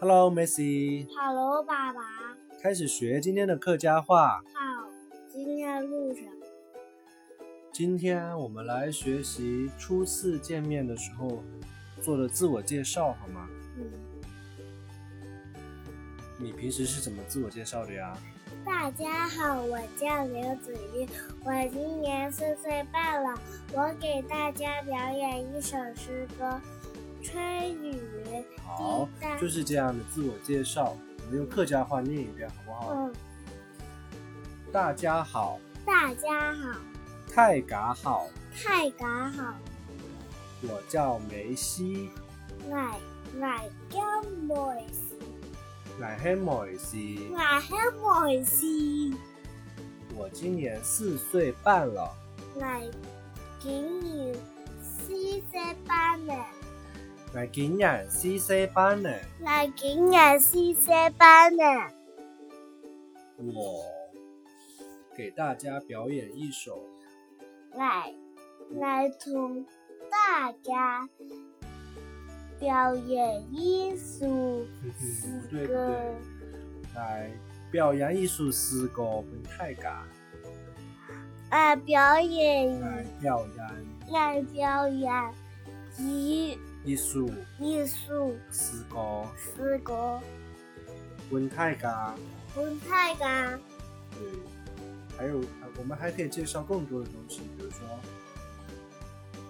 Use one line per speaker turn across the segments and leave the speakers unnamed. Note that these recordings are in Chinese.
Hello, Messi，
Hello，爸爸，
开始学今天的客家话。
好，今天录什么？
今天我们来学习初次见面的时候做的自我介绍，好吗？
嗯，
你平时是怎么自我介绍的呀？
大家好，我叫刘子玉，我今年四岁半了。我给大家表演一首诗歌《春雨》。
好，就是这样的自我介绍。我们用客家话念一遍，好不好？
嗯，
大家好，
大家好，
太嘎好，
太嘎好，
我叫梅西，
我我叫梅西，
来黑梅西，
我叫梅西，
我今年四岁半了，
我今年四岁半了，
我今年四岁半了，
我今年四岁半了。
我给大家表演一首
来来同大家表演一首诗
不对不
歌
对，，来表演一首诗歌，本太嘎，
来啊表演
来
一
表演
来表演一
一首
一首
诗歌，
诗歌，
本太嘎。
不太敢
对，还有呃我们还可以介绍更多的东西，比如说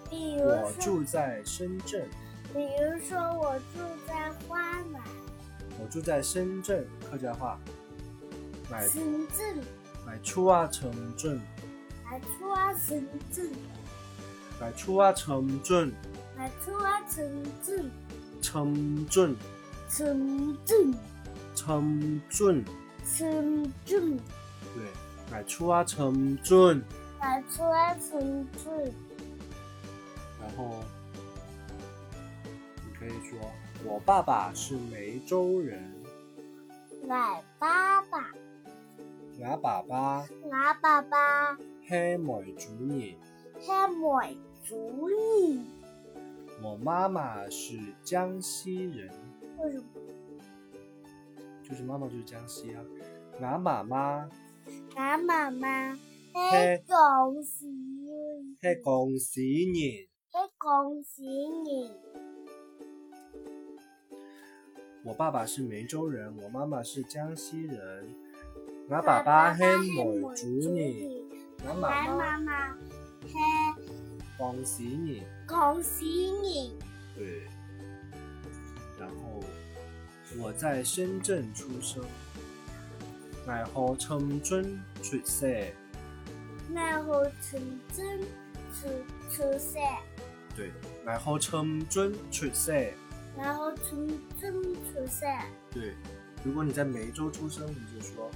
比如
我
说，
住在深圳，
比如说我住在花南
我住在深圳，客家话，买
深圳，
买出啊深圳，
来出啊深圳，
买出啊深圳，
来出啊深圳，
深圳，
深圳，
深圳，
深圳。
对，买出啊深圳，
拿出来重置，
然后你可以说我爸爸是梅州人，
奶爸爸，
我爸爸
我爸爸
黑梅族人，
是满族人，
我妈妈是江西人。
为什么？
就是妈妈就是江西啊。俺妈妈
俺妈妈
嘿
是广西人，
是江西人，
是广西人，
我爸爸是梅州人，我妈妈是江西人。俺爸爸是梅
是
州人，俺
俺
妈妈
妈妈是
江西人。
广西人。
对。然后我在深圳出生，然后深圳出世。
然后纯真出出生，
对，然后深圳出世。
然后纯真出生，
对，如果你在梅州出生，你就说，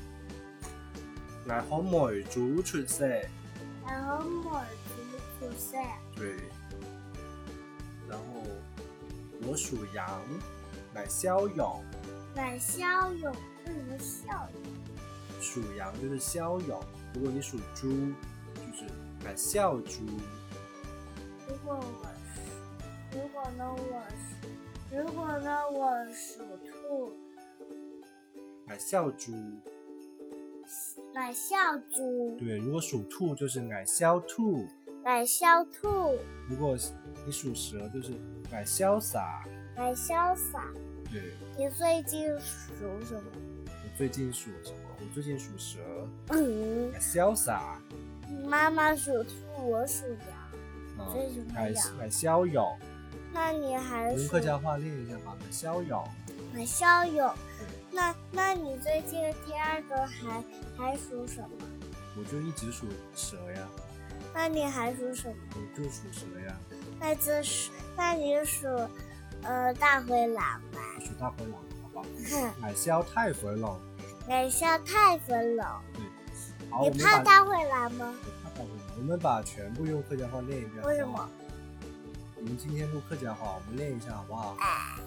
然后梅州出世。
然后满族出生。
对，然后我属羊，乃骁勇，
阮逍遥，为什么笑？
属羊就是骁勇。如果你属猪，就是乃孝猪。
如果我是，如果呢我是，如果呢我属兔，
乃孝猪，
阮笑猪，
对。如果属兔就是乃骁兔，
阮笑兔，
如果你属蛇就是乃潇洒。
阮潇洒。
对，
你最近属什么？
我最近属什么？我最近属蛇，
嗯，
乃潇洒，
妈妈属兔，我属羊。
嗯
最喜，欢
乃
羊
乃骁勇。
那你还
我用
属
客家话练一下吧，乃骁勇。
阮逍遥？那那你最近第二个还还属什么？
我就一直属蛇呀，
那你还属什么？
我就属蛇呀。
那这是那你属呃大灰狼吧？
属大灰狼，好吧？
哼。
俺肖太灰狼。
人像太分了。
好，我
你
们
怕
把
他会来吗？
我怕大灰狼哦我们把全部用客家话练一遍。
为什
好不好
么？
我们今天录客家话，我们练一下好不好？
啊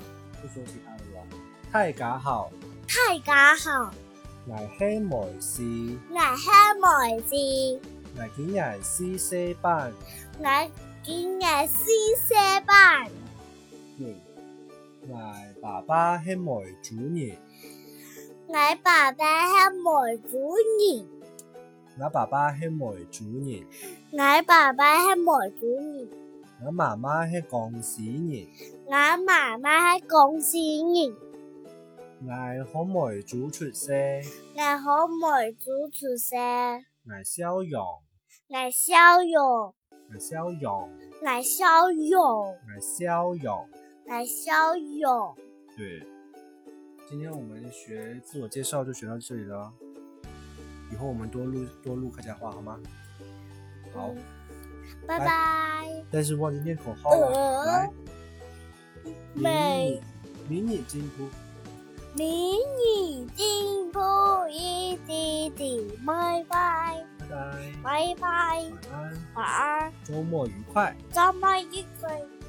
不说其他的了。太假好，
太假好，
俺黑梅是，
我黑妹子，
俺竟然是西班。
我今日四岁班。
嗯，奶爸爸係妹主義，
奶爸爸係梅主義，
我爸爸係妹主義，
奶爸爸係梅主義，
我媽媽係鋼屎兒，
我媽媽係鋼線兒。
我可妹主出聲，
我好梅主出聲，
我笑容，
我笑容，
我笑容，
我笑容，
我笑容。
我笑容。
对，今天我们学自我介绍就学到这里了，以后我们多录多录客家话好吗？好，
嗯，拜
拜
拜。
但是忘记念口号了，
呃
来，迷
美
你迷你金箍，
明年进步一滴滴，拜拜，
拜拜，
拜拜，
晚安，
晚安，
周末愉快。
咱们一起。